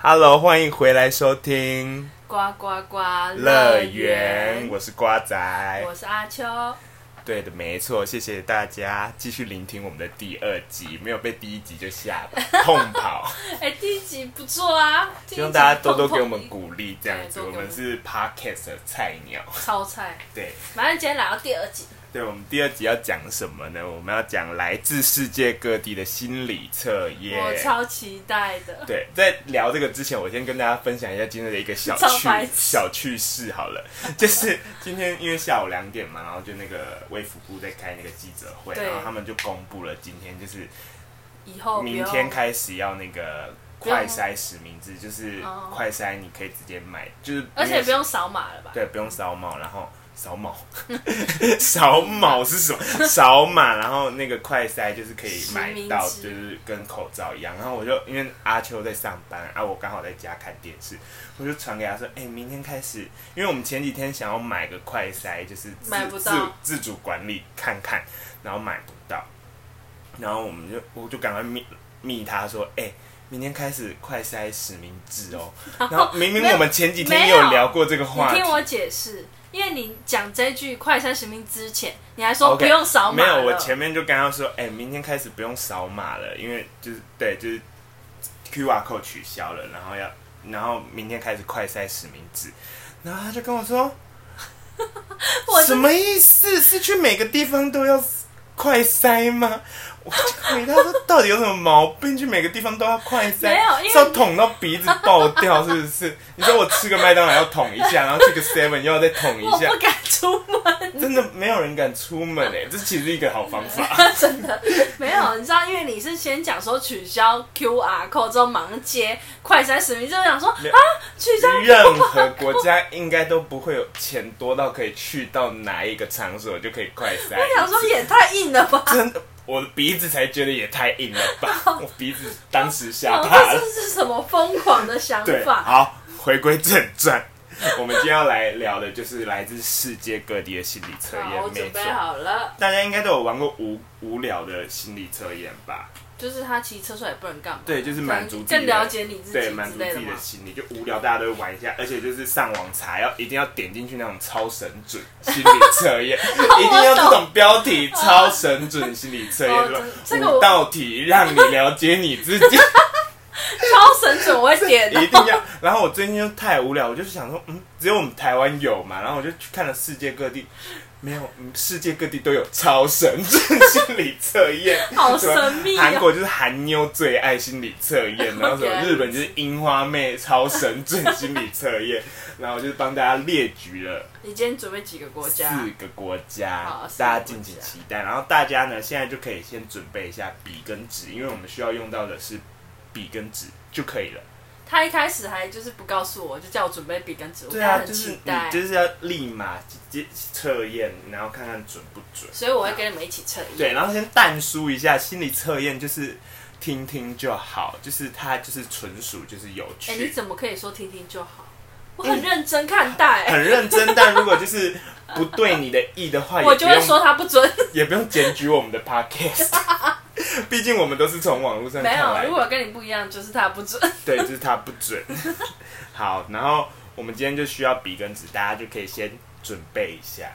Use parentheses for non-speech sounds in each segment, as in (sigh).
Hello，欢迎回来收听呱呱呱乐园，我是瓜仔我。是阿秋。对的，没错，谢谢大家继续聆听我们的第二集，没有被第一集就吓 (laughs) 到痛跑，哎、第一集不错啊，第一集希望大家多多痛痛给我们鼓励，这样子对多我给我们们是 Podcast 的菜鸟。超菜。对，反正今天来到第二集，对，我们第二集要讲什么呢？我们要讲来自世界各地的心理测验。我超期待的。 (laughs) 对，在聊这个之前，我先跟大家分享一下今天的一个小超趣白痴小趣事好了，就是今天因为下午两点嘛，然后就那个卫福部在开那个记者会，对然后他们就公布了今天就是以后不明用天开始要那个快筛实名制，就是哦快筛你可以直接买，就是而且不用扫码了吧？对不用扫码，然后扫码 (laughs) 扫码是什么？扫码，然后那个快筛就是可以买到，实名制就是跟口罩一样。然后我就因为阿秋在上班啊，我刚好在家看电视，我就传给他说：“哎、明天开始，因为我们前几天想要买个快筛，就是自买不自到自主管理看看，然后买不到，然后我们就我就赶快密密他说：哎、明天开始快筛实名制 (laughs) 哦，然后明明没有我们前几天没也有有聊过这个话你题，听我解释，因为你讲这句快餐实名之前，你还说 OK，不用扫码没有，我了前面就跟他说，哎、明天开始不用扫码了，因为就是对，就是 QR code 取消了，然后要，然后明天开始快筛实名制，然后他就跟我说， (laughs) 我什真么意思？是去每个地方都要快筛吗？我就回答说，到底有什么毛病？去每个地方都要快筛，没有因为是要捅到鼻子爆掉，是不是？ (laughs) 你说我吃个麦当劳要捅一下，然后去个 Seven 又要再捅一我下不，敢出门，真的没有人敢出门哎、这其实是一个好方法。真的没有。你知道，因为你是先讲说取消 QR code 之后忙接快餐实名制，我想说没有啊， (laughs) 取消任何国家应该都不会有钱多到可以去到哪一个场所就可以快塞。我想说也太硬了吧？真的，我的鼻子才觉得也太硬了 (laughs) 吧！我鼻子当时吓哦 (laughs) 怕这了。是是什么疯狂的想对，法？好，回归正传，我们今天要来聊的就是来自世界各地的心理测啊好，我验，没准错备。好了，大家应该都有玩过无无聊的心理测验吧？就是他骑车出来也不能干嘛？对，就是满足自己更的了解你自己对，满之足类自的己的嘛。心理，就无聊，大家都会玩一下，而且就是上网查，要一定要点进去那种超神 (laughs) 准心理测验，一定要这种标题“超神准心理测验哦”什这么这个五我道题让你了解你自己，超神准，我会 (laughs) 点一定要。然后我最近就太无聊，我就想说，嗯，只有我们台湾有嘛，然后我就去看了世界各地。没有，嗯世界各地都有超神准心理测验， (laughs) 好什么神秘啊韩国就是韩妞最爱心理测 (laughs) 验，然后什么 OK 日本就是樱花妹超神准心理测 (laughs) 验，然后我就是帮大家列举了你今天准备几个国四家？个国家好，四个大家敬请期待。然后大家呢，现在就可以先准备一下笔跟纸，因为我们需要用到的是笔跟纸就可以了。他一开始还就是不告诉我，就叫我准备笔跟纸，我对当然啊，很就是期你待，就是要立马直接测验，然后看看准不准。所以我会跟你们一起测验。对，然后先淡疏一下心理测验，就是听听就好，就是它就是纯属就是有趣。哎， (laughs) 你怎么可以说听听就好？我很认真看待，很认真，但如果就是不对你的意的 (laughs) 话，也我不就会用说他不准。也不用检举我们的 podcast，毕 (laughs) 竟我们都是从网络上没看有，来如的，果跟你不一样，就是他不准。 (laughs) 对，就是它不准。 (laughs) 好，然后我们今天就需要笔跟纸，大家就可以先准备一下，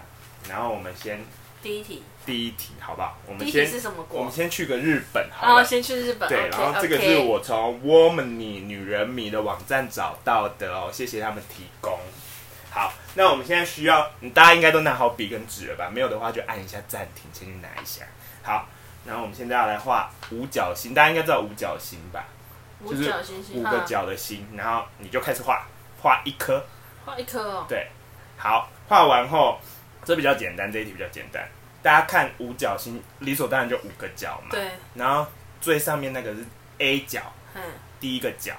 然后我们先第一题，第一题好不好？我们第一题先是什么我们国？先去个日本好然了后。先去日本。对， OK，然后这个 OK 是我从 Womany 女人迷的网站找到的哦，谢谢他们提供。好，那我们现在需要，嗯大家应该都拿好笔跟纸了吧？没有的话就按一下暂停，先去拿一下。好，然后我们现在要来画五角星，大家应该知道五角星吧？五就是角星星，五个嗯角的星，然后你就开始画，画一颗。画一颗哦。对，好，画完后，这比较简单，这一题比较简单。大家看五角星，理所当然就五个角嘛。对，然后最上面那个是 A 角，嗯，第一个角，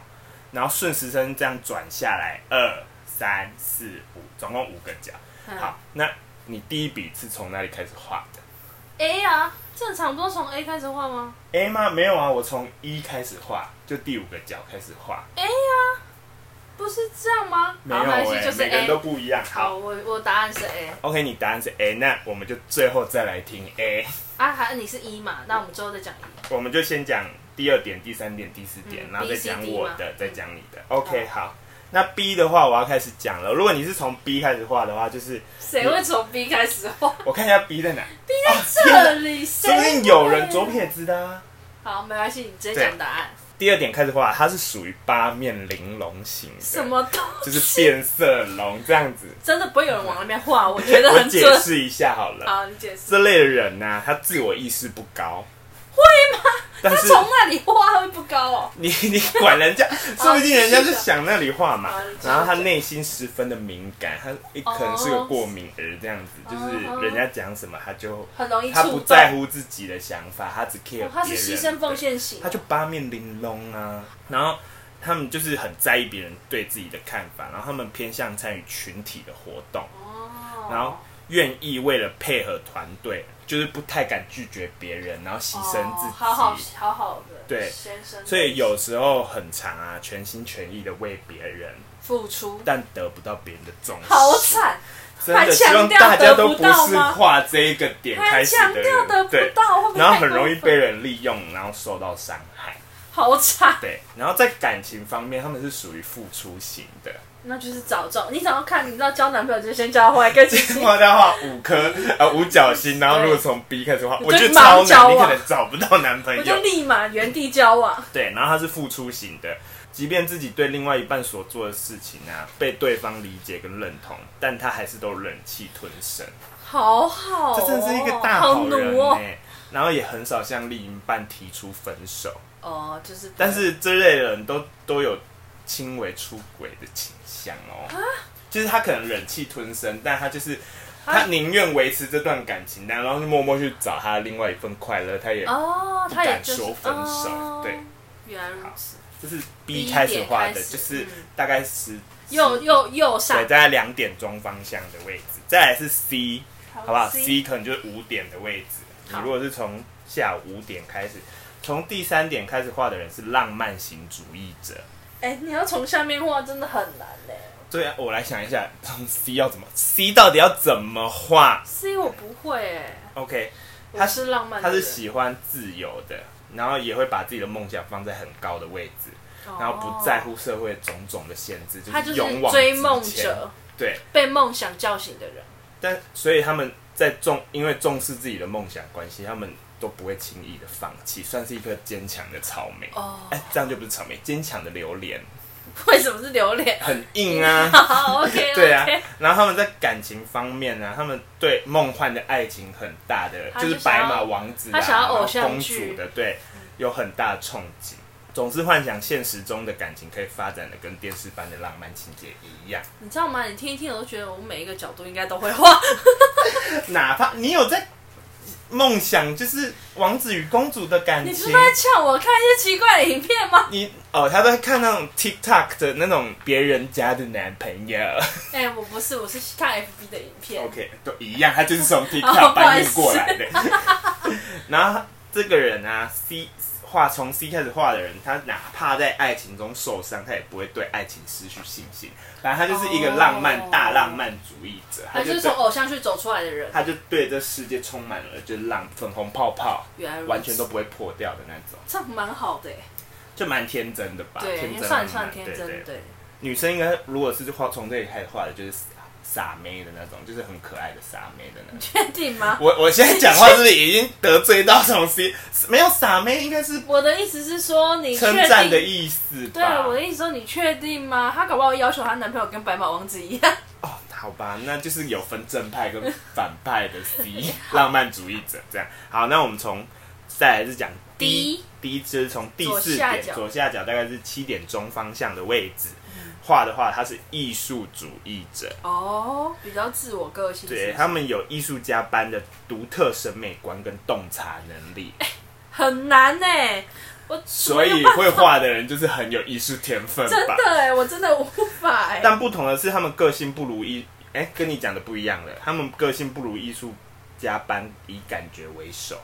然后顺时针这样转下来，二、三、四、五，总共五个角。嗯好，那你第一笔是从哪里开始画的 A 啊，正常不是从 A 开始画吗？A 吗？没有啊，我从一开始画，就第五个角开始画。 ？A 啊，不是这样吗？没有好没哎、关系就是每个人都 A。不一样。好好，我我答案是 A。 ，OK，你答案是 A，那我们就最后再来听 A。啊，还你是一嘛，那我们最后再讲一。我们就先讲第二点、第三点、第四点，嗯然后再讲 B C D 我吗的嗯，再讲你的。OK，好。那 B 的话，我要开始讲了。如果你是从 B 开始画的话，就是谁会从 B 开始画？我看一下 B 在 (laughs) 哪， B 在这里，啊说说不定有人左。撇子的、啊。好，没关系，你直接讲答案。第二点开始画，它是属于八面玲珑型的，什么东西？就是变色龙这样 (laughs) 子。真的不会有人往那边画，我觉得我很解准。释一下好了， (laughs) 好，你解释。这类的人呢、啊他自我意识不高，会吗？但他是从那里画会不高哦。你 (laughs) 你管人家， (laughs) 说不定人家就想那里画嘛好哦你继。哦续然后他内心十分的敏感，他一可能是个过敏儿这样子，哦就是人家讲什么他就很容易他触不动。在乎自己的想法，他只 care 别人哦，他是牺牲奉献型，他就八面玲珑啊，然后他们就是很在意别人对自己的看法，然后他们偏向参与群体的活动，哦，然后愿意为了配合团队，就是不太敢拒绝别人，然后牺牲自己。哦好好好好的，对先生，所以有时候很长啊，全心全意的为别人，付出，但得不到别人的重视。好惨，真的希望还强调大家都得不不到是吗画这一个点还开始强的调得人，对不，到，会不会然后太很过容易分被，人利用，然后受到伤害。好惨，对，然后在感情方面，他们是属于付出型的。那就是早中，你想要看，你知道交男朋友就先交 (laughs) 坏跟自己，画家画五颗呃五角星，然后如果从 B 开始画，我就觉得马超上交难，你可往能找不到男朋我友就。立马原地交往，对，然后他是付出型的，即便自己对另外一半所做的事情啊被对方理解跟认同，但他还是都忍气吞声，好好哦，这真是一个大欸好好人奴呢、哦，然后也很少向另一半提出分手，哦，就是，但是这类人都都有轻微出轨的倾向哦。就是他可能忍气吞声，但他就是他啊宁愿维持这段感情，但然后就默默去找他另外一份快乐，他也哦，不他也敢就是说分手哦对原来如此，就是 B B 开始点画开的，始就是嗯大概十右右右上对，，大概两点钟方向的位置，再来是 C，好不好，C ？C 可能就是五点的位置。你好如果是从下午五点开始，从第三点开始画的人是浪漫型主义者。哎、你要从下面画真的很难欸嘞、对啊，我来想一下，从 C 要怎么，C 到底要怎么画 C 我不会哎、 ？OK，我是浪漫的他人，是喜欢自由的，然后也会把自己的梦想放在很高的位置，哦，然后不在乎社会种种的限制，他就就是是勇往追直梦前。者，对，被梦想叫醒的人。 (laughs) 但所以他们在重因为重视自己的梦想关系，他们都不会轻易的放弃，算是一颗坚强的草莓。哦哎、这样就不是草莓，坚强的榴 (laughs) 莲为什么是榴 (laughs) 莲？很硬啊。好 (laughs)，OK，对啊 OK，然后他们在感情方面啊呢、他们对梦幻的爱情很大的，他就就是想白要马王子、啊，他想要然后偶像公剧嗯主的，对，有很大的憧憬。总是幻想现实中的感情可以发展的跟电视般的浪漫情节一样，你知道吗？你听一听，我都觉得我每一个角度应该都 (laughs) 会画。哪怕你有在梦想，就是王子与公主的感你情。是不是在呛我看一些奇怪的影片吗？ (laughs) 你哦，他在看那种 TikTok 的那种别人家的男朋 (laughs) 友。哎、我不是，我是看 FB 的影片。 OK，都一样，他就是从哦 TikTok 不好搬意运思过来 (laughs) 的。然后这个人啊，C 画从 C 开始画的人，他哪怕在爱情中受伤，他也不会对爱情失去信心。反正他就是一个浪漫、哦大浪漫主义者，他他就就是对从偶像剧走出来的人，他就对这世界充满了就是浪粉红泡泡，原来如此完全都不会破掉的那种，这蛮好的、欸，就蛮天真的吧？对，天因为真算浪算漫天对真，对对，女生应该如果是画从这里开始画的，就是傻傻妹的那种，就是很可爱的傻妹的那种。确定吗？我我现在讲话是不是已经得罪到什么 C？没有傻妹应该是我的意思是说，你确称定赞的意思对吧？啊，我的意思说，你确定吗？她搞不好要求她男朋友跟白马王子一样。哦，好吧，那就是有分正派跟反派的 (laughs) C，浪漫主义者这样。好，那我们从再来是讲 D D 就是从第左四下点角嗯左下角大概是七点钟方向的位置画的话，他是艺术主义者。哦，比较自我个性是不是。对他们有艺术家般的独特审美观跟洞察能 (laughs) 力，很难呢、欸我所以会画的人就是很有艺术天分真吧的。哎、我真的无法哎、但不同的是，他们个性不如艺，哎、跟你讲的不一样了。他们个性不如艺术家般以感觉为首，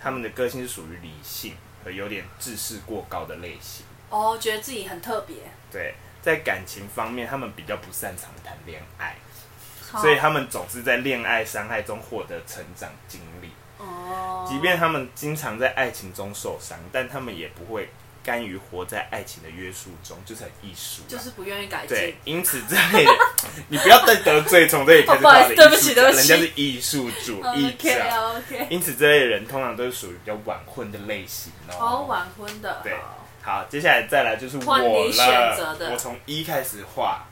他们的个性是属于理性和有点自视过高的类型。哦，觉得自己很特别，对，在感情方面，他们比较不擅长谈恋爱，所以他们总是在恋爱伤害中获得成长经历。哦，即便他们经常在爱情中受伤，但他们也不会甘于活在爱情的约束中，就是很艺术啊、就是不愿意改对进。，因此这 (laughs) 类的，你不要再得罪，从这里开始不好意搞得思对不起对不起人家是艺术主义 OK 啊者。 OK，因此这类人通常都是属于比较晚婚的类型哦，哦。晚婚的，对好好，接下来再来就是我换你选择了的，我从一开始画，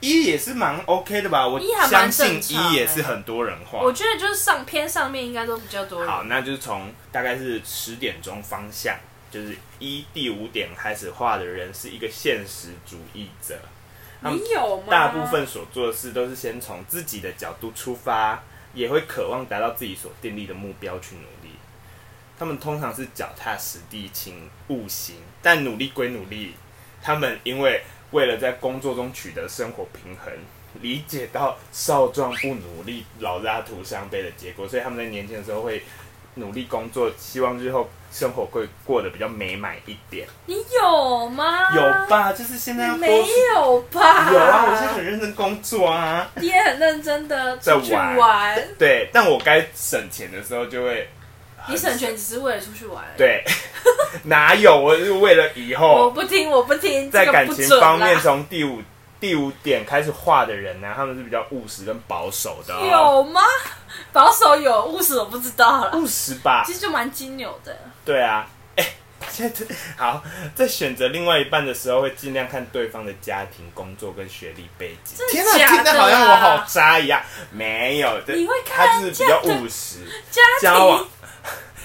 一也是蛮 OK 的吧？我一还相蛮正信常一也是很多人画。我觉得就是上偏上面应该都比较多人。好，那就是从大概是十点钟方向，就是一第五点开始画的人是一个现实主义者，他们你有吗？大部分所做的事都是先从自己的角度出发，也会渴望达到自己所订立的目标去努力。他们通常是脚踏实地、勤务行，但努力归努力，他们因为为了在工作中取得生活平衡，理解到少壮不努力，老大徒伤悲的结果，所以他们在年轻的时候会努力工作，希望日后生活会过得比较美满一点。你有吗？有？吧？就是现在要多没有吧？有啊，我现在很认真工作啊。你也很认真的在出去玩玩。对，但我该省钱的时候就会你省钱只是为了出去玩。，对， (laughs) 哪有？我是为了以我后不听，我不听，在这个感不情准啦方面，从第五第五点开始画的人呢、啊他们是比较务实跟保守的、哦，有吗？保守有，务实我不知道了。务实吧其？实就蛮金牛的，对啊。哎，现在好，在选择另外一半的时候，会尽量看对方的家庭、工作跟学历背景。真的天哪，假的听得好像我啊好渣一样。没有，这你会看他就是比较这样的务实。家 (laughs) 交往庭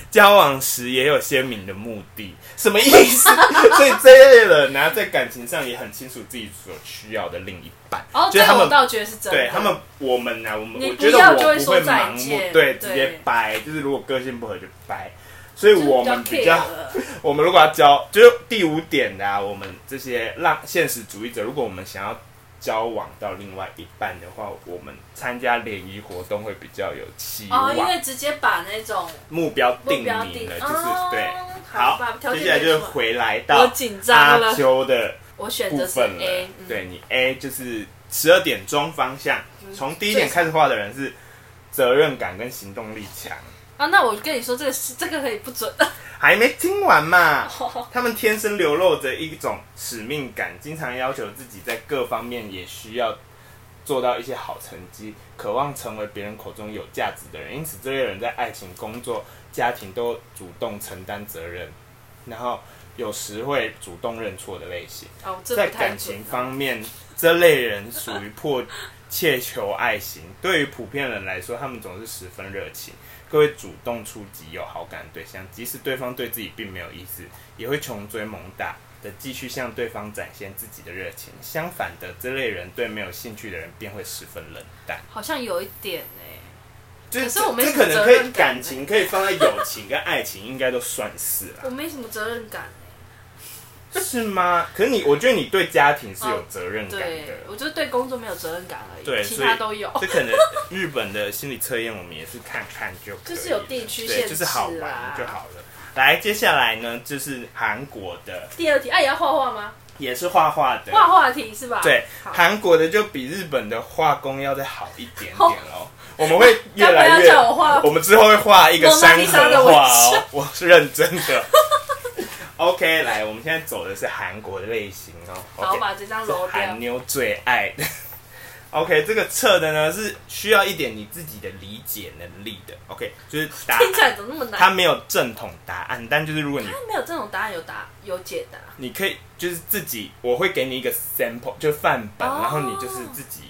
交往时也有鲜明的目的，什么意 (laughs) 思？所以这类人呢、在感情上也很清楚自己所需要的另一半，哦，就这是他个我们倒觉得是真的。对他们，我们呢、我们你我觉不得要我就会不说会再盲目见，对，对直接掰，就是如果个性不合就掰。所以就是我们比 care 哦较，了我们如果要交，就是第五点的、啊，我们这些让现实主义者，如果我们想要交往到另外一半的话，我们参加联谊活动会比较有期望。哦，因为直接把那种目标定目标明定了，，就是、哦对。好好吧，，条接件下来就是没错回来我到紧张阿了，秋的我选部择是分了 A，嗯，对你 A 就是十二点钟方向，从第一点开始画的人是责任感跟行动力强。啊，那我跟你说，这个是这个可以不准， (laughs) 还没听完嘛？他们天生流露着一种使命感，经常要求自己在各方面也需要做到一些好成绩，渴望成为别人口中有价值的人。因此，这类人在爱情、工作、家庭都主动承担责任，然后有时会主动认错的类型。哦，这在不太感准情。方面，这类人属于迫切求爱情。对于普遍人来说，他们总是十分热情，各会主动出击有好感的对象，即使对方对自己并没有意思，也会穷追猛打的继续向对方展现自己的热情。相反的，这类人对没有兴趣的人便会十分冷淡。好像有一点哎、就可是这我没这什么可能责可以任感感情可以放在友情跟爱情，应该都算是啦。 (laughs) 我没什么责任感、是吗？可是你，我觉得你对家庭是有责任感的哦对。，我就对工作没有责任感而已，对，其所以他都有， (laughs) 这可能日本的心理测验，我们也是看看就可以就是有地区限制对，啦就是好玩就好了。来，接下来呢，就是韩国的，第二题，哎、也要画画吗？也是画画的，画画题是吧？对，好韩国的就比日本的画工要再好一点点喽。我们会越该来不越要叫我画，我们之后会画一个山蒙娜丽莎的河纹画身哦， (laughs) 我是认真的。OK，来，我们现在走的是韩国的类型哦。好，我 OK，把这张是揉掉 (laughs) 韩。妞最爱的。OK，这个测的呢是需要一点你自己的理解能力的。OK，就是答听起来怎么那么难？它没有正统答案，但就是如果你他没有这种答案，有答有解答。你可以就是自己，我会给你一个 sample，就是范本，哦然后你就是自己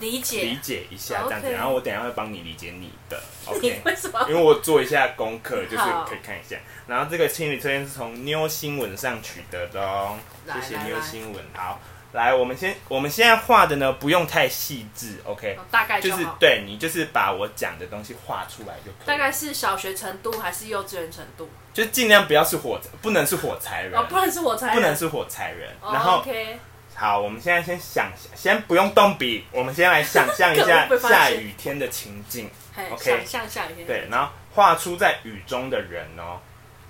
理解？理解一下这样子， OK 然后我等一下会帮你理解你的。 (laughs) 你 OK，为什么 (laughs) 因为我做一下功课，就是好可以看一下。然后这个心理测验是从妞新闻上取得的哦，来谢谢来妞来新闻。好，来，我们先我们现在画的呢不用太细致，OK，哦大概就就是好？对你就是把我讲的东西画出来就可以，大概是小学程度还是幼稚园程度？就尽量不要是火，不能是火柴人，哦，不能是我猜。啊不能。是火柴人。哦、然后、 OK，好，我们现在先想，先不用动笔，我们先来想象一根下 (laughs) 本不会发现下雨天的情境，嘿 OK 想象下一天。对，然后画出在雨中的人哦。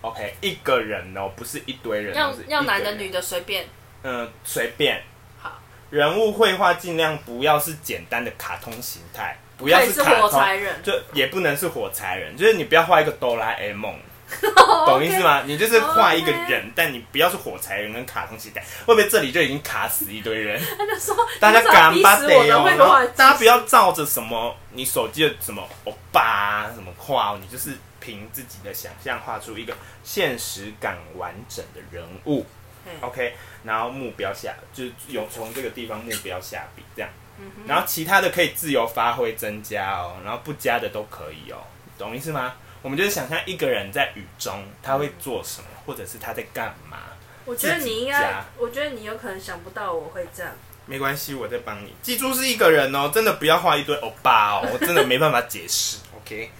OK，一个人哦，不是一堆人哦，要是要一个男的人女的随便。嗯，随便。好，人物绘画尽量不要是简单的卡通形态，不要可以是是卡火通，柴人，就也不能是火柴人，就是你不要画一个哆啦 A (laughs) 梦，懂意思吗？你就是画一个哦人，但你不要是火柴人跟卡通形态，会不会这里就已经卡死一堆人？ (laughs) 他就说大家敢巴逼死得我的哦，会然后画技大家不要照着什么你手机的什么欧巴啊什么画哦，你就是凭自己的想象画出一个现实感完整的人物。嗯 OK，然后目标下就是有从这个地方目标下笔这样，嗯哼然后其他的可以自由发挥增加哦，然后不加的都可以哦，懂意思吗？我们就是想象一个人在雨中他会做什么，或者是他在干嘛。我觉得你应自己该加，我觉得你有可能想不到我会这样。没关系，我在帮你。记住是一个人哦，真的不要画一堆欧巴哦，我真的没办法解 (laughs) 释。OK，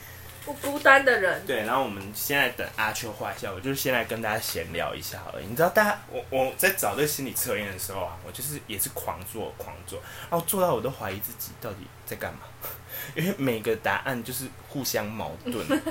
不孤单的人，对，然后我们现在等阿秋画一下，我就先来跟大家闲聊一下好了。你知道，大家我我在找这个心理测验的时候啊，我就是也是狂做狂做，然后做到我都怀疑自己到底在干嘛， (laughs) 因为每个答案就是互相矛盾。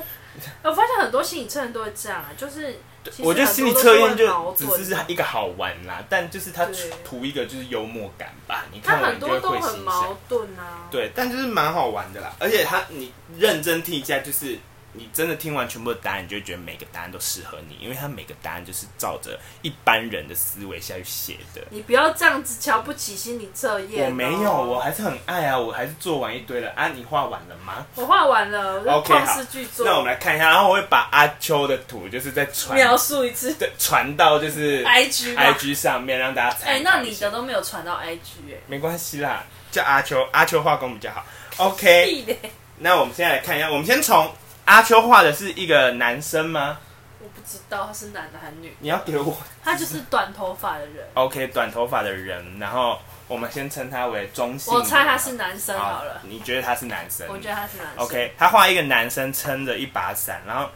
我发现很多心理测验都会这样啊，就是其实我觉得很心理多测都验会就矛只盾是一个好玩啦，但就是它对图一个就是幽默感吧。你它看完很你就会多都会很心一笑。矛盾啊。，对，但就是蛮好玩的啦。而且他，你认真听一下，就是你真的听完全部的答案，你就会觉得每个答案都适合你，因为他每个答案就是照着一般人的思维下去写的。你不要这样子瞧不起心理测验、哦我没有，我。还是很爱啊，我还是做完一堆了啊。你画完了吗？我画完了，我 OK，好旷世巨作。那我们来看一下，然后我会把阿秋的图就是在传描述一次对传到就是 IG 吧。 IG 上面让大家哎、参考那一你下的都没有传到 IG 哎、没关系啦，叫阿秋，阿秋画工比较好。OK，屁嘞！那我们现在来看一下，我们先从阿秋画的是一个男生吗？我不知道他是男的还是女的，你要给我他就是短头发的人， OK 短头发的人，然后我们先称他为中性。啊我猜他是男生好了，你觉得他是男生？我觉得他是男生。 OK，他画一个男生撑着一把伞，然后，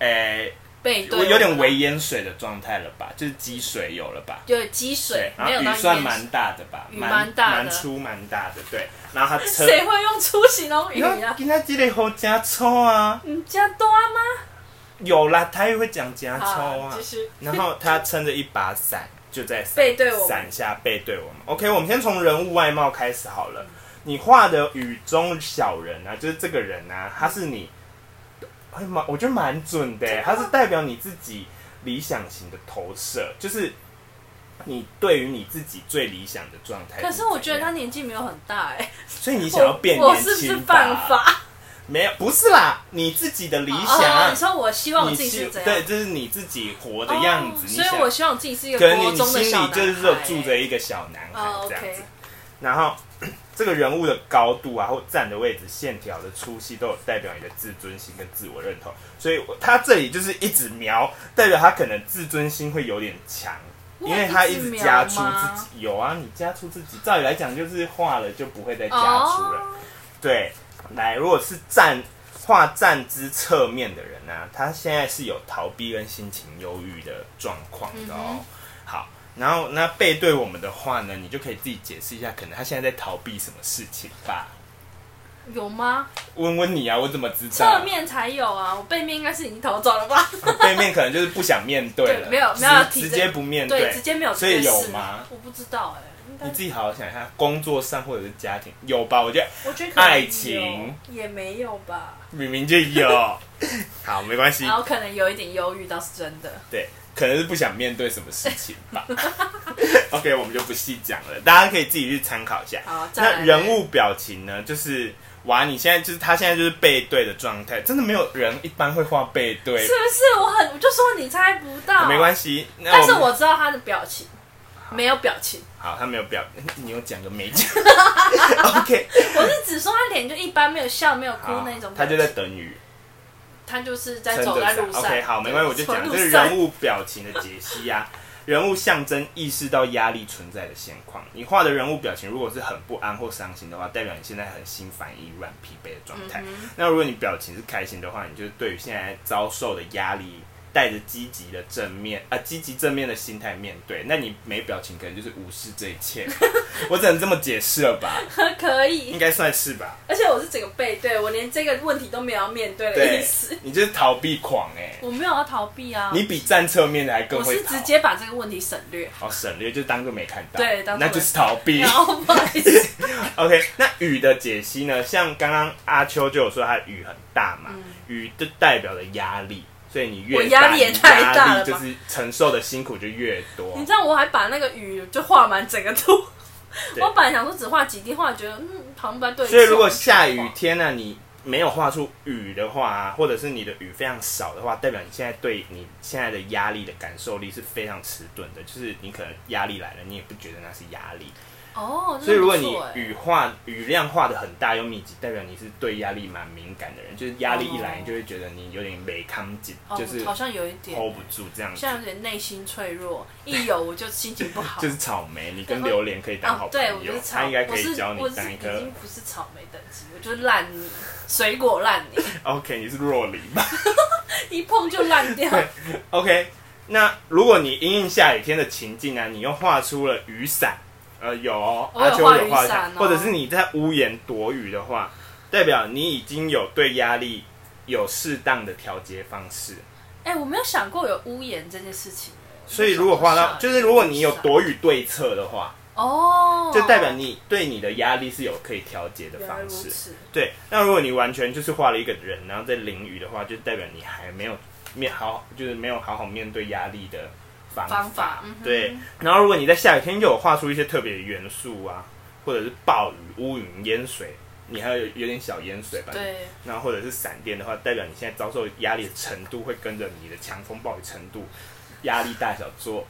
诶、背对我有点微微，淹水的状态了吧，就是积水有了吧？有积水，然没有后到雨啊算淹蛮大的吧，雨蛮大的蛮粗蛮大的，对。然后他撑，谁会用粗形容语你看啊？今天这个好加粗啊，你家多吗？有啦，台语会讲加粗好，啊继。续。然后他撑着一把伞，就在伞背对我们伞下背对我们。OK，我们先从人物外貌开始好了。你画的雨中小人啊，就是这个人啊，他是你，哎蛮，我觉得蛮准的欸，真的他吗是代表你自己理想型的投射，就是你对于你自己最理想的状态。可是我觉得他，年纪没有很大哎、所以你想要变我我年是不是轻犯吧？法？没有，不是啦，你自己的理想哦啊你，说我希望我你自己希是怎样对，就是你自己活的样子。哦你所以想我希望我自己是一个可能国你中心的小里男孩、就是有住着一个小男哦孩这样子，OK，。然后这个人物的高度啊，或站的位置、线条的粗细，都有代表你的自尊心跟自我认同。所以我他这里就是一直描，代表他可能自尊心会有点强。因为他一直加出出自己，有啊，你加出自己，照理来讲就是画了就不会再加出了。哦对，来，如果是站画站姿侧面的人呢、啊他现在是有逃避跟心情忧郁的状况的哦。嗯哼好，然后那背对我们的话呢，你就可以自己解释一下，可能他现在在逃避什么事情吧？有吗？问问你啊，我怎么知道？侧面才有啊，我背面应该是已经逃走了吧？ (laughs) 背面可能就是不想面对了，对没有直没有要提直这接不面对，直接没有这所件以事。有吗？我不知道哎、应你该自己好好想一下，工作上或者是家庭有吧？我觉得我觉得可能爱有情也没有吧，明明就 (laughs) 有。好，没关系然，后可能有一点忧郁倒是真的。对，可能是不想面对什么事情吧。OK，我们就不细讲了，大家可以自己去参考一下。好，再来那人物表情呢？就是哇，你现在就是他现在就是背对的状态，真的没有人一般会画背对是，不是？我很我就说你猜不到，没关系。系。那但是哎们我知道他的表情，没有表情，好，他没有表， (laughs) 你有讲个没 (laughs) 讲 (laughs) ？OK，我是只说他脸就一般，没有笑，没有哭好那种表情。他就在等雨，他就是在撑走着在伞。路上。 OK，好，没关系，我就讲走这在是路上人物表情的解析啊。人物象征意识到压力存在的现况。你画的人物表情如果是很不安或伤心的话，代表你现在很心烦意乱、疲惫的状态。嗯哼那如果你表情是开心的话，你就是对于现在遭受的压力带着积极的正面啊，积极正面的心态面对。那你没表情，可能就是无视这一切。我只能这么解释了 (laughs) 吧？ (laughs) 可应以。该算是吧。而且我是整个背对，我连这个问题都没有要面对的意对 (laughs) 思。，你就是逃避狂哎、我没有要逃避啊，你比站侧面的还更我会是逃啊直接把这个问题省略。哦，省略就当做没看到，对当作那就是逃避然。后不好意思， (laughs) OK，那雨的解析呢？像刚刚阿秋就有说，它雨很大嘛，雨就代表了压力，所以你嗯我越压大，力也你太大压了力就吧是承受的辛苦就越多你。知道我还把那个雨就画满整个图。对我本来想说只画几滴，后来觉得嗯，好像不太对劲。所以如果下雨天呢、你没有画出雨的话、啊，或者是你的雨非常少的话，代表你现在对你现在的压力的感受力是非常迟钝的，就是你可能压力来了，你也不觉得那是压力。哦，所以如果你雨雨画雨量画的很大又密集，代表你是对压力蛮敏感的人，就是压力一来哦你就会觉得你有点没康紧，就是哦、好像有一点， hold 不住这样子现。在有点内心脆弱，一有我就心情不好。 (laughs) 就是草莓，你跟榴莲可以当啊好，朋对，我友是，草，他应该可我以是教你我是当一已个经不是草莓等级，我就是烂泥，水果烂泥， (laughs) OK，你是若梨吧 (laughs) 一碰就烂掉。 (laughs) ？OK，那如果你因应下雨天的情境呢、你又画出了雨伞，呃，有、哦、我有阿秋画有雨画伞哦或者是你在屋檐躲雨的话，代表你已经有对压力有适当的调节方式。哎、我没有想过有屋檐这件事情。所以如果画到，就是如果你有躲躲雨对策的话，哦，就代表你对你的压力是有可以调节的原来方如式。此。对，那如果你完全就是画了一个人，然后在淋雨的话，就代表你还没有面好，就是没有好好面对压力的方法。方法嗯哼对，然后如果你在下雨天又有画出一些特别的元素啊，或者是暴雨、乌云、淹水，你还有有点小淹水吧？对，然后或者是闪电的话，代表你现在遭受压力的程度会跟着你的强风暴雨程度、压力大小做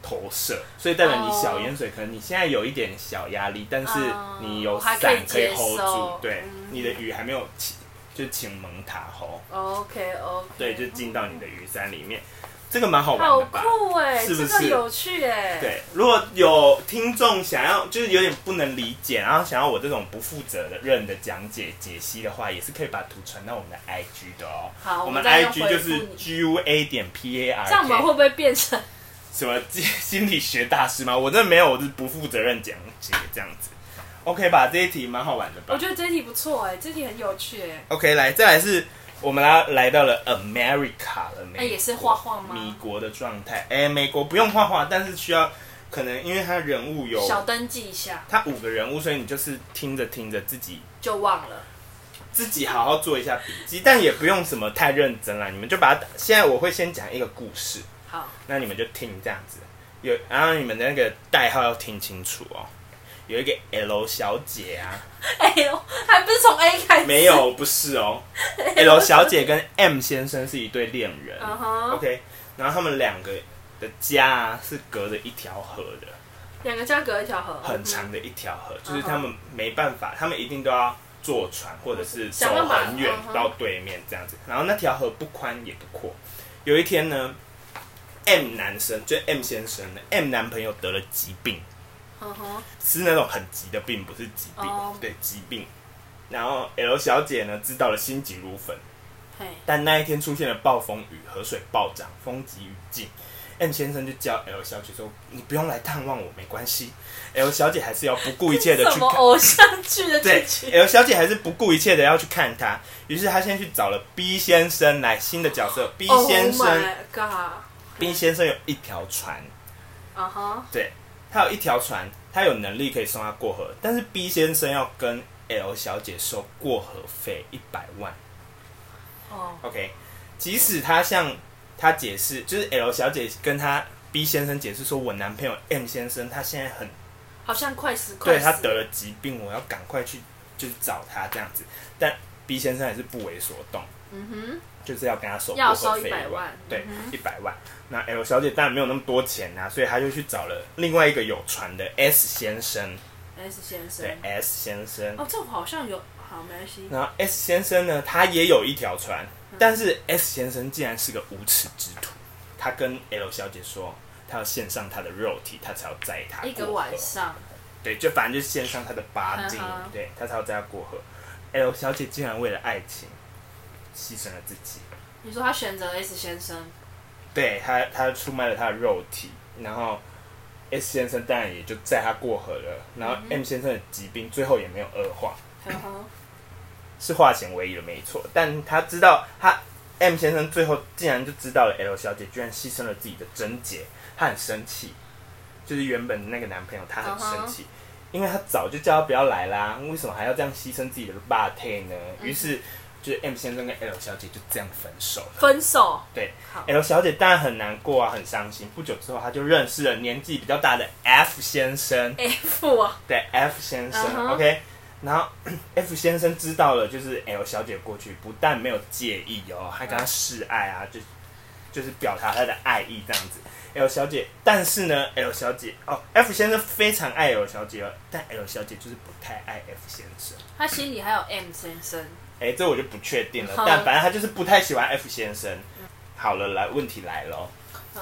投射，所以代表你小淹水，可能你现在有一点小压力，但是哦你有还伞可以可以接 hold 受住，对嗯，你的雨还没有起，就请蒙塔吼， OK OK。对，就进到你的雨伞里面，这个蛮好玩哦好的吧？酷哎、是不这个是有趣哎、，对，如果有听众想要，就是有点不能理解，然后想要我这种不负责任的讲解解析的话，也是可以把图传到我们的 IG 的哦。好我我们们再用 IG 就是回复 G U A 点 P A R，这样我们会不会变成什么心心理学大师吗？我真的没有，我是不负责任讲解这样子。OK 吧，这一题蛮好玩的吧？我觉得这题不错哎、这题很有趣哎、 OK，来，再来是我们来来到了 America 了，美国那哎也是画画吗米国的状态，哎、美国不用画画，但是需要可能因为它人物有小登记一下它五个人物，所以你就是听着听着自己就忘了。自己好好做一下笔记，但也不用什么太认真啦，你们就把它打。现在我会先讲一个故事，好，那你们就听这样子，有然后你们的那个代号要听清楚哦。有一个 L 小姐啊， (laughs) 哎呦，还不是从 A 开始？没，有，不是 (laughs) 哦。L 小姐跟 M 先生是一对恋人。嗯哼， OK，然后他们两个的家啊是隔着一条河的，两个价格一条河，很长的一条河，嗯就是他们没办法，他们一定都要坐船或者是走想办法很远嗯哼到对面这样子。然后那条河不宽也不阔。有一天呢，M 男生就是 M 先生的 M 男朋友得了疾病，嗯哼，是那种很急的病，不是疾病，哦对疾病。然后 L 小姐呢知道了，心急如焚。嘿，但那一天出现了暴风雨，河水暴涨，风急雨劲。M 先生就叫 L 小姐说：“你不用来探望我，没关系。”L 小姐还是要不顾一切的 (laughs) 什去么看，偶像剧的对剧情？ ，L 小姐还是不顾一切的要去看他。于是她先去找了 B 先生来新的角色。B 先生、 Oh my god， b 先生有一条船，嗯哼，对他有一条船，他有能力可以送她过河，但是 B 先生要跟 L 小姐收过河费一百万。哦， OK，即使他向他解释，就是 L 小姐跟他 B 先生解释说，我男朋友 M 先生他现在很好像快死快对死，他得了疾病，我要赶快去就是找他这样子，但 B 先生还是不为所动，嗯就是要跟他收过要河收费100用万对嗯，一百万。那 L 小姐当然没有那么多钱啊，所以她就去找了另外一个有船的 S 先生，哼，S 先生对，S 先生，哦，这我好像有，好，没关系，然后 S 先生呢，他也有一条船，嗯但是 S 先生竟然是个无耻之徒。他跟 L 小姐说，他要献上他的肉体，他才要载她一个过河晚。上，对，就反正就是献上他的八斤嗯哼，对他才要载她过河。L 小姐竟然为了爱情牺牲了自己，你说他选择 S 先生，对他，他出卖了他的肉体，然后 S 先生当然也就载他过河了，然后嗯哼 M 先生的疾病最后也没有恶化，呵呵，是化险为夷了，没错。但他知道他 M 先生最后竟然就知道了 L 小姐居然牺牲了自己的贞洁，他很生气，就是原本那个男朋友他很生气。因为他早就叫他不要来啦，为什么还要这样牺牲自己的霸体呢？于是，就是 M 先生跟 L 小姐就这样分手了。分手，对好，L 小姐当然很难过啊，很伤心。不久之后，她就认识了年纪比较大的 F 先生。 F 啊，对，F 先生、嗯哼 o k 然后 (coughs) F 先生知道了，就是 L 小姐过去，不但没有介意哦，还嗯跟她示爱啊，就就是表达她的爱意这样子。L 小姐，但是呢，L 小姐哦，F 先生非常爱 L 小姐哦，但 L 小姐就是不太爱 F 先生。他心里还有 M 先生，哎，这我就不确定了，好但反正他就是不太喜欢 F 先生。好了，来，问题来了哦嗯。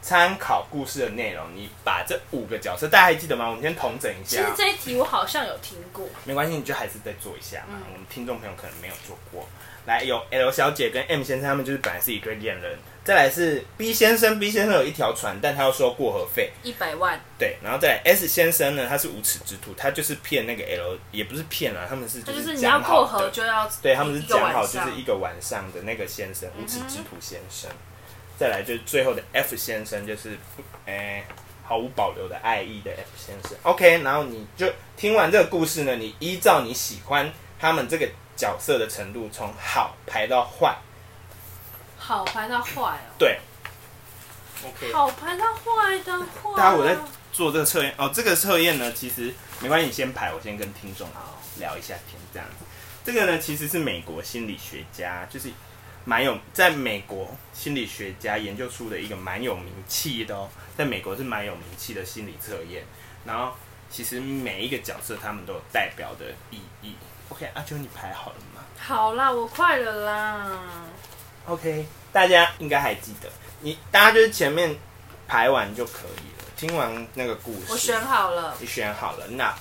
参考故事的内容，你把这五个角色，大家还记得吗？我们先统整一其下实哦。这一题我好像有听过，没关系，你就还是再做一下嘛。嗯我们听众朋友可能没有做过。来，有 L 小姐跟 M 先生，他们就是本来是一对恋人。再来是 B 先生，B 先生有一条船，但他要收过河费。一百万，对，然后再来 S 先生呢，他是无耻之徒，他就是骗那个 L，也不是骗啊，他们是他就就是是你要讲过好河的。就要对他们是一个讲晚好，就上嗯是一个晚上的那个先生，哼无耻之徒先生。再来就是最后的 F 先生，就是哎、毫无保留的爱意的 F 先生。OK，然后你就听完这个故事呢，你依照你喜欢他们这个角色的程度，从好排到坏。好拍到坏哦，对，OK。好哦拍到坏的话，大家我在做这个测验哦，这个测验呢，其实没关系，你先排，我先跟听众好聊一下天这样子。这个呢，其实是美国心理学家，就是蛮有在美国心理学家研究出的一个蛮有名气的哦，在美国是蛮有名气的心理测验。然后其实每一个角色他们都有代表的意义。OK，阿、秋你排好了吗好啦，我快了啦， ？OK，大家应该还记得，你大家就是前面排完就可以了，听完那个故事，我选好了。你选好了，那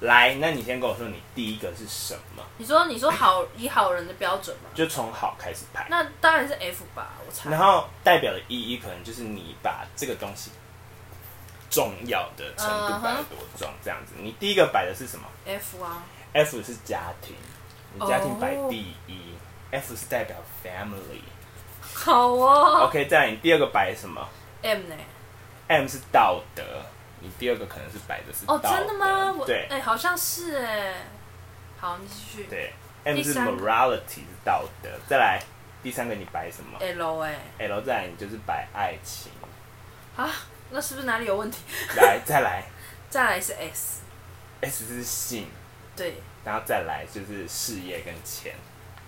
来，那你先跟我说你第一个是什么？你说你说好以好人的标准嘛？就从好开始排，那当然是 F 吧，我猜。然后代表的意义可能就是你把这个东西重要的程嗯度摆得多重，这样子。你第一个摆的是什么 F 啊， ？F 是家庭，你家庭摆哦第一、f 是代表 family。好哦。 OK，再来你第二个摆什么 M 呢？ ？M 是道德，你第二个可能是摆的是道哦，德。真的吗？我对、哎、好像是哎。好，你继续。对，M 是第三个 morality 是道德，再来第三个你摆什么？ L 哎、 L 再来你就是摆爱情，啊，那是不是哪里有问题？ (laughs) 来再来再来是 S， S 是性，对，然后再来就是事业跟钱。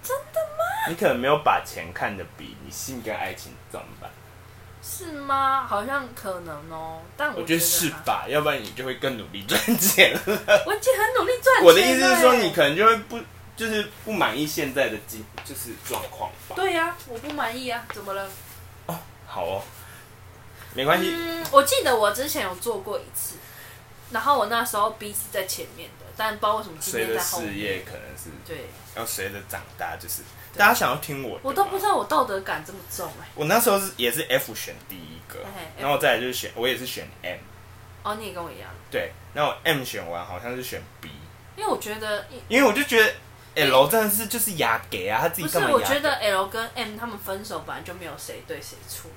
真的吗？你可能没有把钱看得比你性跟爱情重吧？是吗？好像可能哦，但我我觉得是吧，要不然你就会更努力赚钱 (laughs) 了。还？我已经很努力赚钱了。我的意思是说，你可能就会不就是不满意现在的经就是状况吧？对呀、我不满意啊，怎么了？好哦，没关系。嗯，我记得我之前有做过一次，然后我那时候 B 是在前面的，但不知道为什么今随天着在后事面。业可能是对，要随着长大，就是对大家想要听我的吗，我都不知道我道德感这么重哎、我那时候是也是 F 选第一个哎，然后再来就是选我也是选 M，哦，你也跟我一样，对，然后 M 选完好像是选 B，因为我觉得因为我就觉得 L 真的是就是牙给啊，他自哎不己是干嘛，我牙给觉得哎 L 跟 M 他们分手本来就没有谁对谁错，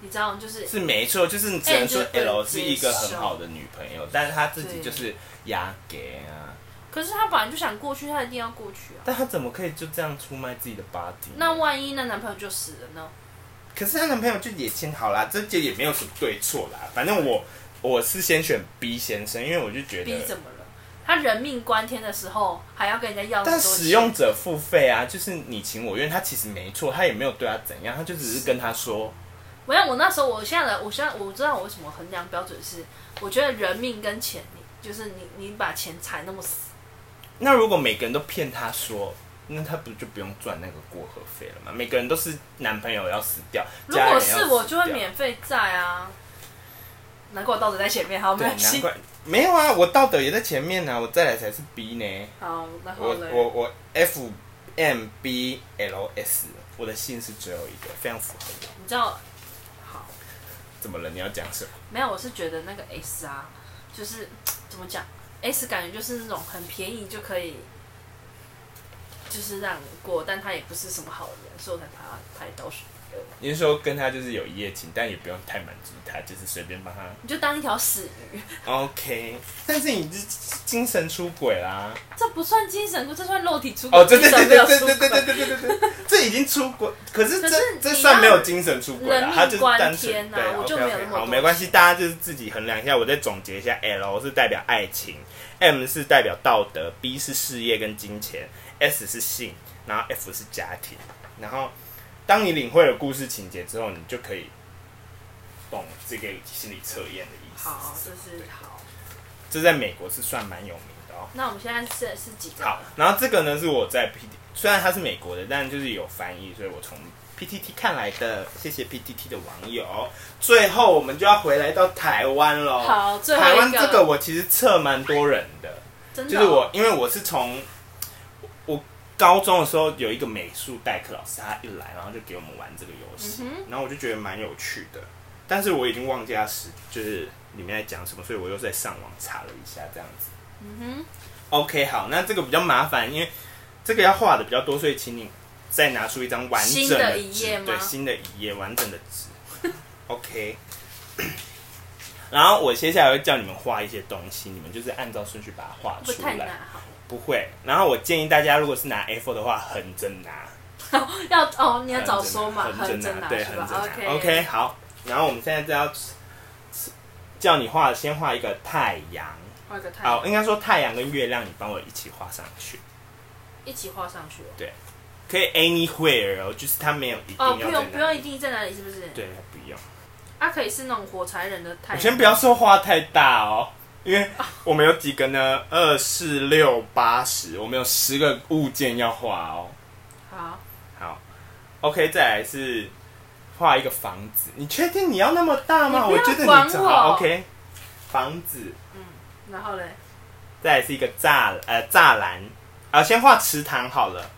你知道吗，就是是没错，就是只能说 M 就是不能 L 是一个很好的女朋友，但是她自己对就是牙给啊，可是他本来就想过去，他一定要过去啊。但她怎么可以就这样出卖自己的 body？那万一那男朋友就死了呢？可是她男朋友就也签好啦，这就也没有什么对错啦，反正我我是先选 B 先生，因为我就觉 B 得怎么了？他人命关天的时候还要跟人家要那但么多使钱，用者付费啊，就是你情我愿，他其实没错，他也没有对他怎样，他就只是跟他说，没有，我那时候，我现在的，我现在我知道我为什么衡量标准是，我觉得人命跟钱，你就是你你把钱踩那么死，那如果每个人都骗他说，那他不就不用赚那个过河费了吗？每个人都是男朋友要死掉，如家人果要死是我就会掉免费在啊。难怪我道德在前面，好，没对，关难系。怪没有啊，我道德也在前面啊，我再来才是 B 呢，好，然啊我后嘞，我我 F M B L S，我的姓是只有一个，非常符合我。你知道，好，怎么了？你要讲什么？没有，我是觉得那个 S 啊，就是怎么讲，S 感觉就是那种很便宜就可以，就是让你过，但他也不是什么好人，所以我才把他排倒数第二。你是说跟他就是有一夜情，但也不用太满足他，就是随便帮他。你就当一条死鱼， (laughs) OK，但是你这精神出轨啦。这不算精神出轨，这算肉体出轨。哦，对对对对对精神不对了出对轨对对对对对，这已经出轨，可是可这是你这算没有精神出轨啦要，他就是单人命关天纯呐对我就 OK，OK，没有那好，么多没关系，大家就是自己衡量一下。我再总结一下，L 是代表爱情，M 是代表道德，B 是事业跟金钱，S 是性，然后 F 是家庭。然后，当你领会了故事情节之后，你就可以懂这个心理测验的意思。好，这是好。这在美国是算蛮有名的哦。那我们现在是是几张好了？，然后这个呢是我在 PT，虽然它是美国的，但就是有翻译，所以我从 PTT 看来的。谢谢 PTT 的网友。最后我们就要回来到台湾喽。好，最后台湾一这个我其实测蛮多人的，真的哦就是我因为我是从我高中的时候有一个美术代课老师，他一来然后就给我们玩这个游戏，嗯然后我就觉得蛮有趣的，但是我已经忘记他时就是里面在讲什么，所以我又在上网查了一下这样子。嗯 OK，好，那这个比较麻烦，因为这个要画的比较多，所以请你再拿出一张完整新的纸一页吗对，新的一页完整的纸。OK，然后我接下来会叫你们画一些东西，你们就是按照顺序把它画哼，不出太来难，。好，不会。然后我建议大家，如果是拿 A4 的话，横着拿，要哦，你要早说嘛，横着拿，真拿啊对，啊是横吧着拿。 ？OK OK，好。然后我们现在就要叫你画，先画一个太阳。画一个太好，阳，应该说太阳跟月亮，你帮我一起画上去。一起画上去哦。可以 anywhere 哦，就是它没有一定要哦，在哪里、不用不用，一定在哪里，是不是？对，不用。啊，可以是那种火柴人的太我阳。先不要说话太大哦，因为我们有几个呢？二四六八十，我们有十个物件要画哦。好，好，OK，再来是画一个房子。你确定你要那么大吗？你不要觉得管你我好 OK。房子，然后嘞，再来是一个栅呃栅栏啊，先画池塘好了，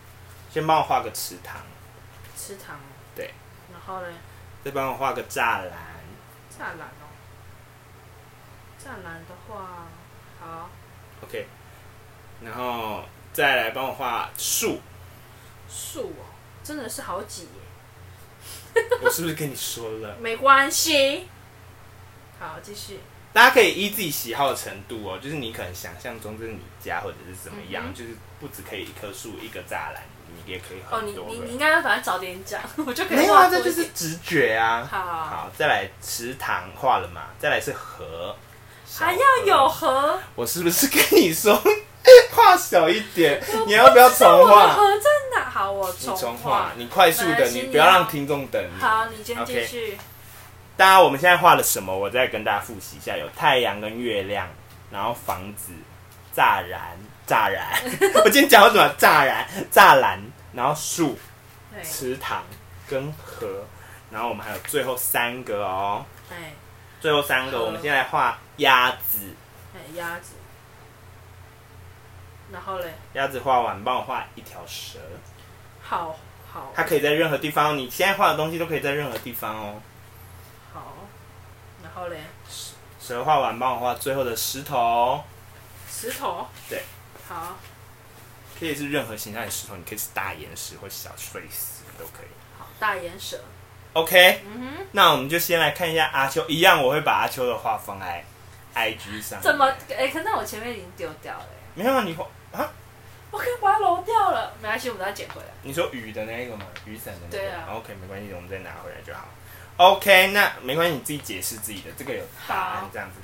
先帮我画个池塘，吃糖。对。然后嘞，再帮我画个栅栏。栅栏哦。栅栏的话，好， OK，然后再来帮我画树。 (laughs) 树哦，真的是好挤耶。我是不是跟你说了？没关系。好，继续。大家可以依自己喜好的程度哦，就是你可能想象中这是你家或者是怎么样，嗯哼就是不只可以一棵树、一个栅栏，你也可以哦，很你多你个。你应该要把它早点讲，我就可以没有画啊，多这一就点是直觉啊。好好好好，再来池塘画了嘛，再来是河，小河还要有。河，我是不是跟你说 (laughs) 画小一点？你要不要重我的画？河在哪？好，我你重重画画，。你快速没的，关系你你啊不要要让听众等你。好，你先 OK 继续。大家，我们现在画了什么？我再跟大家复习一下：有太阳跟月亮，然后房子、栅栏、栅栏。 (laughs) 我今天讲到什么？栅栏、栅栏，然后树、对，池塘跟河，然后我们还有最后三个哦。哎最后三个，河我们现在画鸭子。哎，鸭子。然后嘞，鸭子画完，帮我画一条蛇。好好它可以在任何地方，你现在画的东西都可以在任何地方哦。好。然后嘞，蛇画完，帮我画最后的石头，石头。对。好，可以是任何形态的石头，你可以是大岩石或小碎石都可以。好，大眼蛇。 OK，嗯那我们就先来看一下阿秋，一样我会把阿秋的画放在 IG 上面。哼，怎么？哎，可那我前面已经丢掉了。哎没有啊？你画啊？我可以把它揉掉了，没关系，我们再捡回来。你说雨的那个吗？雨伞的那个？对啊 OK，没关系，我们再拿回来就好。OK，那没关系，你自己解释自己的，这个有答案好这样子，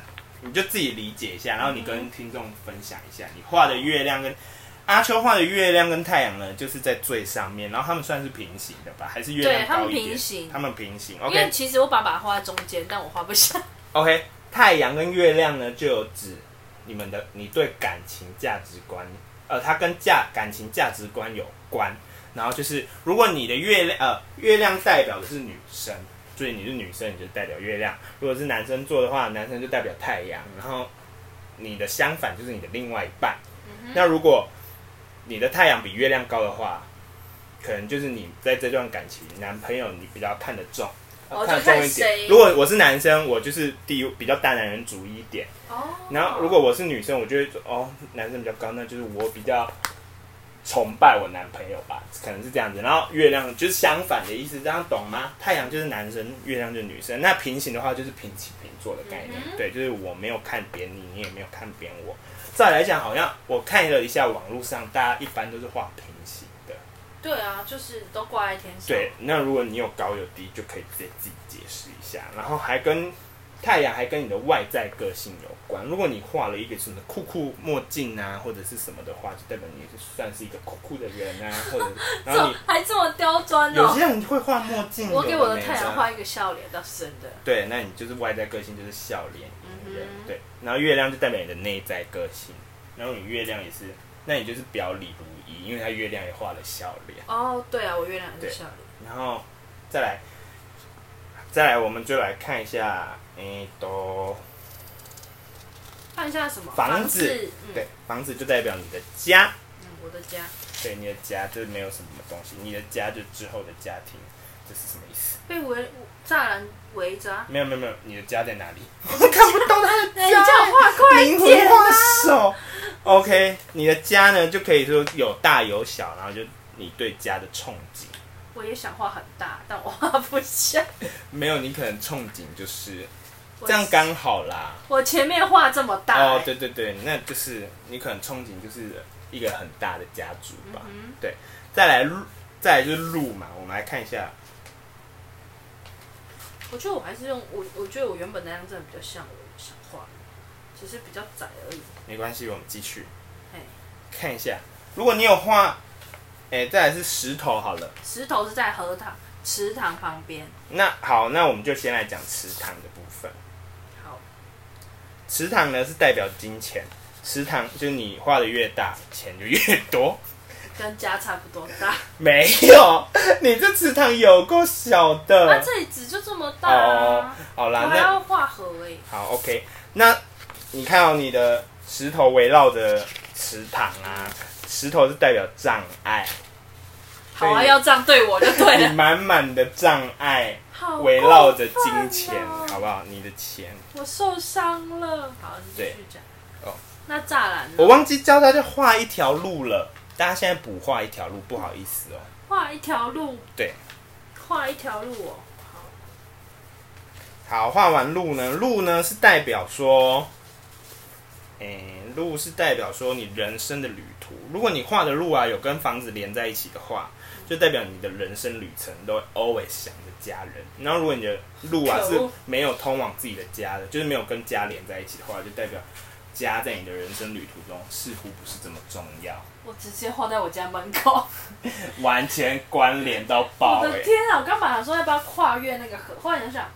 你就自己理解一下，然后你跟听众分享一下你画的月亮跟阿秋画的月亮跟太阳呢，就是在最上面，然后他们算是平行的吧？还是月亮对他们高一点平行他们平行。因为 OK 其实我把把它画在中间，但我画不下。 OK，太阳跟月亮呢，就有指你们的你对感情价值观，呃，它跟价感情价值观有关。然后就是，如果你的月亮，呃，月亮代表的是女生，所以你是女生，你就代表月亮；如果是男生做的话，男生就代表太阳。然后你的相反嗯嗯就是你的另外一半。那如果你的太阳比月亮高的话，可能就是你在这段感情，男朋友你比较看得重，哦看得就看重一谁点。如果我是男生，我就是第一比较大男人主义一点。哦。然后如果我是女生，我就会说哦，男生比较高，那就是我比较崇拜我男朋友吧，可能是这样子。然后月亮就是相反的意思，这样懂吗？太阳就是男生，月亮就是女生。那平行的话就是平起平坐的概念，嗯哼对，就是我没有看扁你，你也没有看扁我。再来讲，好像我看了一下网络上，大家一般都是画平行的，对啊，就是都挂在天上。对，，那如果你有高有低，就可以自己自己解释一下，然后还跟太阳还跟你的外在个性有关。如果你画了一个什么酷酷墨镜啊，或者是什么的话，就代表你也是算是一个酷酷的人 (laughs) 啊，或者然这后么还这么刁钻你有些哦。人会画墨镜，我给我有的没太阳这样画一个笑脸，倒是真的。对，那你就是外在个性就是笑脸嗯人，哼对。然后月亮就代表你的内在个性，然后你月亮也是，那你就是表里如一，因为它月亮也画了笑脸。哦，对啊，我月亮也是笑脸。然后再来，再来，我们就来看一下，诶、都看一下什么房子子，嗯，对，房子就代表你的家，嗯，我的家对，你的家这没有什么东西，你的家就之后的家庭，这是什么意思？被围栅栏围着啊。没有没有没有，你的家在哪 (laughs) 里？我看不懂他的哎你叫我画快一灵魂点画啊！手。OK，你的家呢就可以说有大有小，然后就你对家的憧憬。我也想画很大，但我画不下。没有，你可能憧憬就是我这样刚好啦。我前面画这么大、欸。哦，对对对，那就是你可能憧憬就是一个很大的家族吧。嗯对，再来路，再来就是路嘛，我们来看一下。哼，我觉得我还是用我，我觉得我原本那样真的比较像我想画的，只是比较窄而已。没关系，我们继续嘿，看一下。如果你有画，哎、再来是石头好了。石头是在荷塘池塘旁边。那好，那我们就先来讲池塘的部分。好，池塘呢是代表金钱，池塘就是你画的越大，钱就越多。跟家差不多 (laughs) 大。啊没有，你这池塘有够小那、的。啊这里纸就这么大、哦啊，，好啦我，还那要画河哎、好，OK。那你看到、你的石头围绕着池塘啊，石头是代表障碍，好啊，对要这样对我就对你了。满满的障碍好过分哦围绕着金钱，好不好？你的钱，我受伤了。好，你继续讲。对哦，那栅栏我呢？忘记教大家画一条路了，大家现在补画一条路，不好意思哦。画一条路，对，画一条路哦。好，好，画完路呢，路呢是代表说，诶、路是代表说你人生的旅途。如果你画的路啊有跟房子连在一起的话，就代表你的人生旅程都会 always 想着家人。然后如果你的路啊可恶是没有通往自己的家的，就是没有跟家连在一起的话，就代表家在你的人生旅途中似乎不是这么重要，我直接画在我家门口。完全关联到我爆欸诶、的天啊！我刚本来说要不要跨越那个河，后来想想，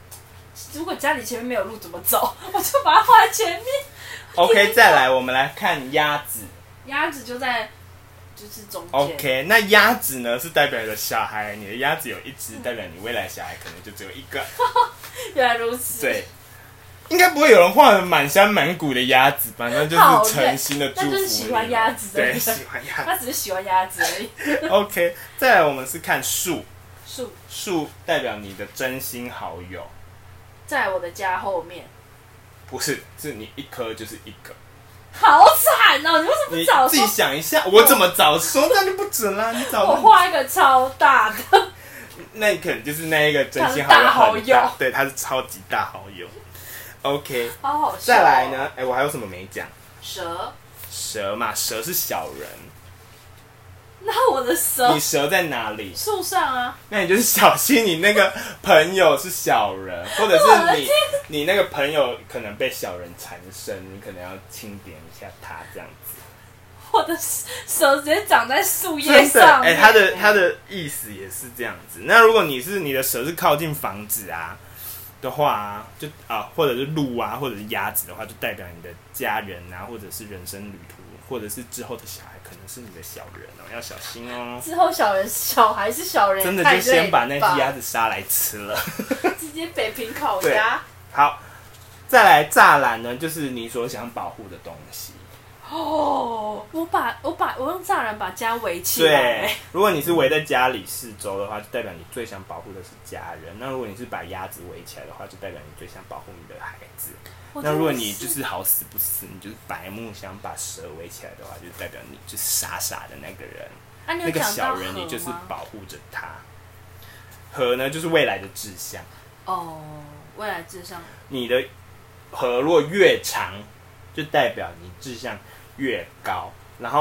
如果家里前面没有路怎么走， (laughs) 我就把它画在前面。 OK，再来我们来看鸭子。鸭子就在就是中间。 OK，那鸭子呢是代表你的小孩，你的鸭子有一只，代表你未来小孩可能就只有一个。原来如此。对，，应该不会有人画的满山满谷的鸭子吧？那就是诚心的祝福好你了。对那就是喜欢鸭子的对，人喜欢鸭他只是喜欢鸭子而已。子。OK，再来我们是看树，树树代表你的真心好友，在我的家后面，不是，是你一颗就是一个。好惨哦！你为什么你不早自己说？想一下，我怎么早说这样就不准啦？你早我问，画一个超大的，那你可能就是那一个真心他是大好友很好大友，对，他是超级大好友。OK，好好笑、哦再来？呢？哎、我还有什么没讲？蛇，蛇嘛，蛇是小人。那我的蛇你蛇在哪里？树上啊，那你就是小心你那个朋友是小 (laughs) 人，或者我的是你天你那个朋友可能被小人缠身，你可能要清点一下他这样子。我的蛇直接长在树叶真的，上哎、面。他的他的意思也是这样子。那如果你是你的蛇是靠近房子啊的话啊，就啊或者是鹿啊，或者是鸭子的话，就代表你的家人啊，或者是人生旅途，或者是之后的小孩可能是你的小人哦，要小心哦。之后小人小孩是小人，真的太就累先把那了吧只鸭子杀来吃了。直接北平烤对鸭。好，再来栅栏呢，就是你所想保护的东西。哦哦，我把我把我用栅栏把家围起来对，，如果你是围在家里四周的话，就代表你最想保护的是家人；那如果你是把鸭子围起来的话，就代表你最想保护你的孩子。我真那的如果你就是是好死不死，你就是白目想把蛇围起来的话，就代表你就是傻傻的那个人，啊，你有那个讲到小人，河你就是吗保护着他。河呢，就是未来的志向。哦，未来至上你的河如果越长，就代表你志向越高。